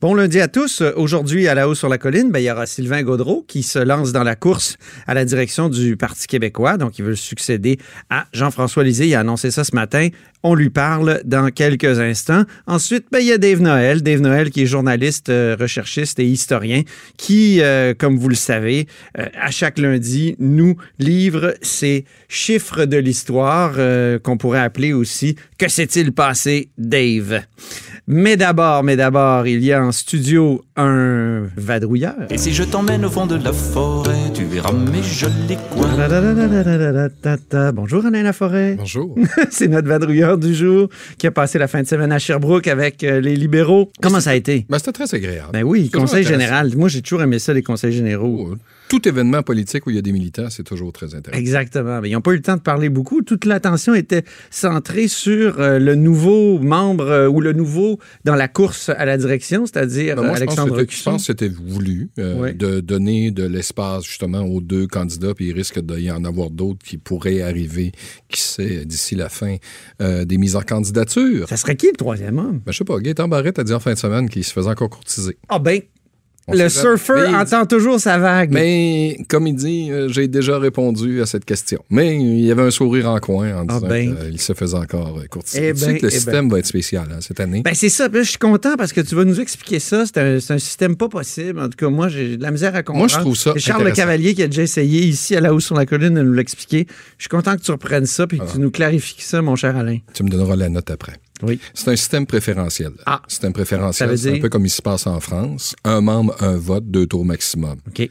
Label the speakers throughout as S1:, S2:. S1: Bon lundi à tous. Aujourd'hui, à la haut sur la colline, ben, il y aura Sylvain Gaudreau qui se lance dans la course à la direction du Parti québécois. Donc, il veut succéder à Jean-François Lisée. Il a annoncé ça ce matin. On lui parle dans quelques instants. Ensuite, ben, il y a Dave Noël. Dave Noël qui est journaliste, euh, recherchiste et historien qui, euh, comme vous le savez, euh, à chaque lundi, nous livre ses chiffres de l'histoire euh, qu'on pourrait appeler aussi Que s'est-il passé, Dave? Mais d'abord, mais d'abord, il y a en studio un vadrouilleur.
S2: Et si je t'emmène au fond de la forêt, tu verras mes jolis coins.
S1: Bonjour Alain Laforêt.
S3: Bonjour.
S1: C'est notre vadrouilleur du jour qui a passé la fin de semaine à Sherbrooke avec euh, les libéraux. Comment ça a été?
S3: Ben, C'était très agréable.
S1: Ben oui,
S3: C'est
S1: conseil
S3: toujours intéressant.
S1: général. Moi, j'ai toujours aimé ça, les conseils généraux.
S3: Oh, Tout événement politique où il y a des militants, c'est toujours très intéressant.
S1: Exactement. Ben, ils n'ont pas eu le temps de parler beaucoup. Toute l'attention était centrée sur euh, le nouveau membre euh, ou le nouveau dans la course à la direction, c'est-à-dire
S3: Ben, moi,
S1: euh,
S3: je pense que
S1: Alexandre
S3: c'était- je
S1: Cuisson.
S3: pense que c'était voulu euh,
S1: Ouais.
S3: de donner de l'espace justement aux deux candidats, puis il risque d'y en avoir d'autres qui pourraient arriver, qui sait, d'ici la fin euh, des mises en candidature.
S1: Ça serait qui le troisième homme?
S3: Ben, je sais pas, Gaëtan Barrette a dit en fin de semaine qu'il se faisait encore courtiser.
S1: Ah ben,
S3: On
S1: le
S3: sait jamais.
S1: surfeur
S3: Mais-
S1: entend toujours sa vague.
S3: Mm. Mais comme il dit, euh, j'ai déjà répondu à cette question. Mais il y avait un sourire en coin en
S1: Ah
S3: disant
S1: ben.
S3: qu'il se faisait encore euh, courtiser.
S1: Eh
S3: tu sais
S1: ben,
S3: que le
S1: eh ben.
S3: système va être spécial hein, cette année.
S1: Ben c'est ça, Puis là, je suis content parce que tu vas nous expliquer ça. C'est un, c'est un système pas possible. En tout cas, moi, j'ai de la misère à comprendre.
S3: Moi, je trouve ça
S1: C'est Charles Le
S3: intéressant.
S1: Cavalier qui a déjà essayé ici à la hausse sur la colline de nous l'expliquer. Je suis content que tu reprennes ça puis que
S3: Ah.
S1: tu nous clarifies ça, mon cher Alain.
S3: Tu me donneras la note après.
S1: Oui.
S3: C'est un système préférentiel.
S1: Ah.
S3: C'est un
S1: Ça veut
S3: préférentiel. C'est
S1: dire-
S3: un peu comme il se passe en France. Un membre, un vote, deux tours maximum.
S1: OK.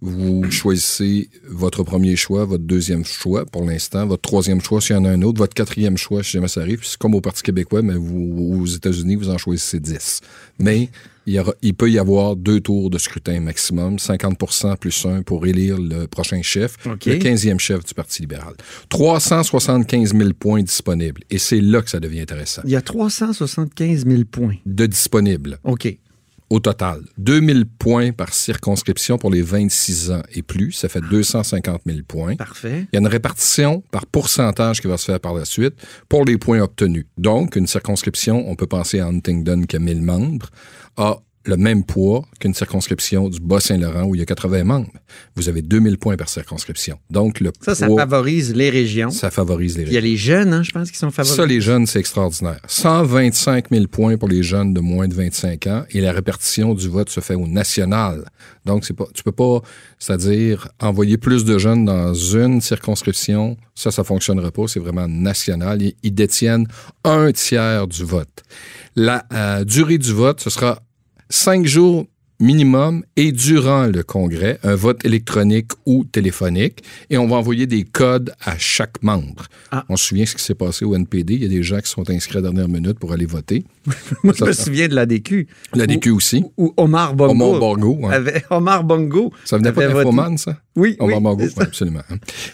S3: Vous choisissez votre premier choix, votre deuxième choix pour l'instant, votre troisième choix s'il y en a un autre, votre quatrième choix si jamais ça arrive. C'est comme au Parti québécois, mais vous, aux États-Unis, vous en choisissez dix. Mais il, y aura- il peut y avoir deux tours de scrutin maximum, 50 plus un pour élire le prochain chef,
S1: OK.
S3: le 15e chef du Parti libéral. 375 000 points disponibles. Et c'est là que ça devient intéressant.
S1: Il y a 375 000 points.
S3: De disponibles
S1: OK.
S3: au total. 2000 points par circonscription pour les 26 ans et plus. Ça fait 250 000 points.
S1: Parfait.
S3: Il y a une répartition par pourcentage qui va se faire par la suite pour les points obtenus. Donc, une circonscription, on peut penser à Huntingdon qui a 1000 membres, a le même poids qu'une circonscription du Bas-Saint-Laurent où il y a 80 membres. Vous avez 2000 points par circonscription. Donc, le
S1: Ça, ça
S3: poids,
S1: favorise les régions.
S3: ça favorise les
S1: Il y a les jeunes, hein, je pense, qui sont favorisés.
S3: ça, les jeunes, c'est extraordinaire. 125 000 points pour les jeunes de moins de 25 ans et la répartition du vote se fait au national. Donc, c'est pas, tu peux pas, c'est-à-dire, envoyer plus de jeunes dans une circonscription. Ça, ça fonctionnera pas. C'est vraiment national. Ils, ils détiennent un tiers du vote. La euh, durée du vote, ce sera cinq jours minimum et durant le congrès, un vote électronique ou téléphonique, et on va envoyer des codes à chaque membre.
S1: Ah.
S3: On se souvient ce qui s'est passé au NPD. Il y a des gens qui sont inscrits à la dernière minute pour aller voter.
S1: Moi, je me souviens de la DQ.
S3: La DQ aussi.
S1: Ou Omar Bongo.
S3: Omar Bongo, hein.
S1: avait- Omar Bongo.
S3: Ça venait pas
S1: avait voté.
S3: d'Infoman, ça?
S1: Oui,
S3: On va
S1: oui,
S3: en Margot,
S1: c'est ça.
S3: oui, absolument.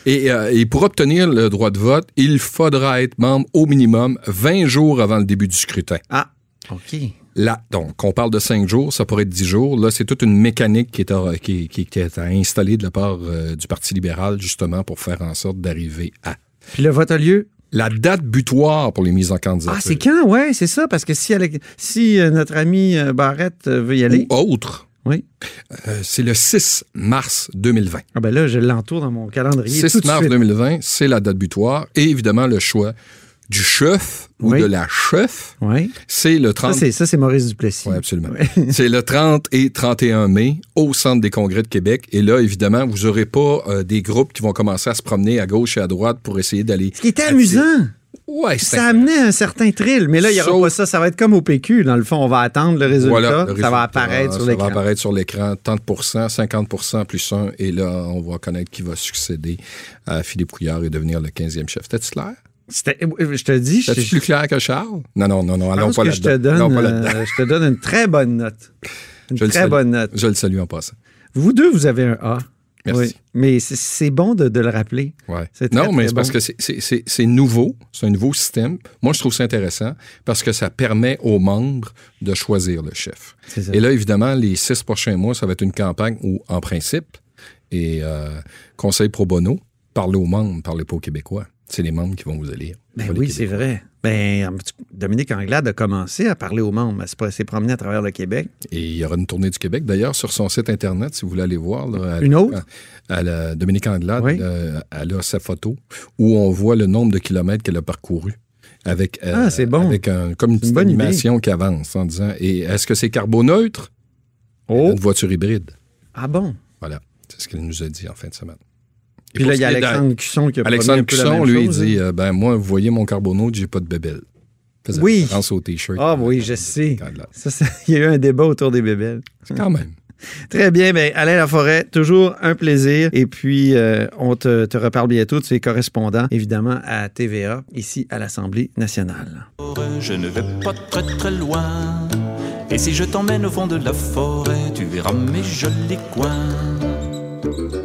S3: Et, euh, et pour obtenir le droit de vote, il faudra être membre au minimum 20 jours avant le début du scrutin.
S1: Ah, OK.
S3: Là, donc, on parle de cinq jours, ça pourrait être dix jours. Là, c'est toute une mécanique qui est, à, qui, qui- qui est à installer de la part euh, du Parti libéral, justement, pour faire en sorte d'arriver à.
S1: Puis le vote a lieu
S3: La date butoir pour les mises en candidature.
S1: Ah, c'est quand? Ouais, c'est ça, parce que si, elle- si euh, notre ami euh, Barrette euh, veut y aller.
S3: Ou autre.
S1: Oui.
S3: Euh, c'est le 6 mars 2020.
S1: Ah, ben là, je l'entoure dans mon calendrier. tout
S3: 6
S1: de
S3: mars
S1: suite.
S3: 2020, c'est la date butoir. Et évidemment, le choix du chef ou
S1: Oui.
S3: de la chef,
S1: Ouais.
S3: c'est le
S1: Ça,
S3: 30
S1: c'est, ça, c'est Maurice Duplessis.
S3: Oui, absolument. C'est le 30 et 31 mai au Centre des congrès de Québec. Et là, évidemment, vous n'aurez pas euh, des groupes qui vont commencer à se promener à gauche et à droite pour essayer d'aller.
S1: Ce qui était amusant,
S3: Ouais, c'est
S1: ça amenait un certain thrill. Mais là, il n'y aura
S3: Sauf-
S1: pas ça. Ça va être comme au PQ. Dans le fond, on va attendre le résultat.
S3: Voilà, le
S1: ça
S3: résultat, Ah,
S1: va apparaître sur
S3: Ça va
S1: l'écran.
S3: apparaître sur l'écran, 30 50 plus 1. Et là, on va connaître qui va succéder à Philippe Couillard et devenir le 15e chef. T'as-tu clair?
S1: C'était- euh, Je te dis, je,
S3: T'as-tu
S1: je
S3: plus clair que Charles? Non, non, non, non, allons
S1: pense
S3: pas
S1: que je te,
S3: là-dedans.
S1: donne,
S3: Allons pas
S1: euh,
S3: là-dedans.
S1: je te donne une très bonne note. Une
S3: Je le
S1: très
S3: salue.
S1: bonne note.
S3: Je le salue en passant.
S1: Vous deux, vous avez un A.
S3: Merci.
S1: Mais c'est, c'est bon de, de le rappeler.
S3: Ouais.
S1: C'est très,
S3: Non, mais
S1: très
S3: c'est parce
S1: bon.
S3: que c'est- c'est c'est- c'est nouveau, c'est un nouveau système. Moi, je trouve ça intéressant parce que ça permet aux membres de choisir le chef.
S1: C'est ça.
S3: Et là, évidemment, les six prochains mois, ça va être une campagne où, en principe, et euh, conseil pro bono, parlez aux membres, parlez pas aux Québécois. C'est les membres qui vont vous élire.
S1: Ben
S3: pas les
S1: oui, c'est
S3: Québécois.
S1: vrai. Ben, Dominique Anglade a commencé à parler aux membres, à se pro- s'est promené à travers le Québec.
S3: Et il y aura une tournée du Québec. D'ailleurs, sur son site Internet, si vous voulez aller voir. là, à-
S1: Une autre?
S3: À, à la Dominique Anglade,
S1: Oui.
S3: euh, elle a sa photo où on voit le nombre de kilomètres qu'elle a parcouru. Avec, euh,
S1: Ah, c'est bon.
S3: Avec un- comme une petite
S1: bonne idée.
S3: animation qui avance en disant Et est-ce que c'est carboneutre Elle a
S1: Oh!
S3: Une voiture hybride.
S1: Ah bon?
S3: Voilà. C'est ce qu'il nous a dit en fin de semaine. Et
S1: Puis
S3: pour
S1: là,
S3: ce
S1: il y a
S3: qui est de-
S1: Alexandre Cusson qui a promis un
S3: Alexandre
S1: peu la
S3: Cusson,
S1: même
S3: lui, il
S1: chose, hein.
S3: dit euh, Ben, moi, vous voyez mon carbonaude, j'ai pas de bébelle. Faisait
S1: Oui.
S3: référence au T-shirt.
S1: Ah oui, je sais.
S3: Quand là.
S1: Ça, ça- il y a eu un débat autour des bébelles.
S3: Quand même.
S1: Très bien, ben, Alain Laforêt, toujours un plaisir. Et puis, euh, on te, te reparle bientôt de ses correspondants, évidemment, à TVA, ici à l'Assemblée nationale.
S2: forêt, je ne vais pas très très loin. Et si je t'emmène au fond de la forêt, tu verras mes jolis coins.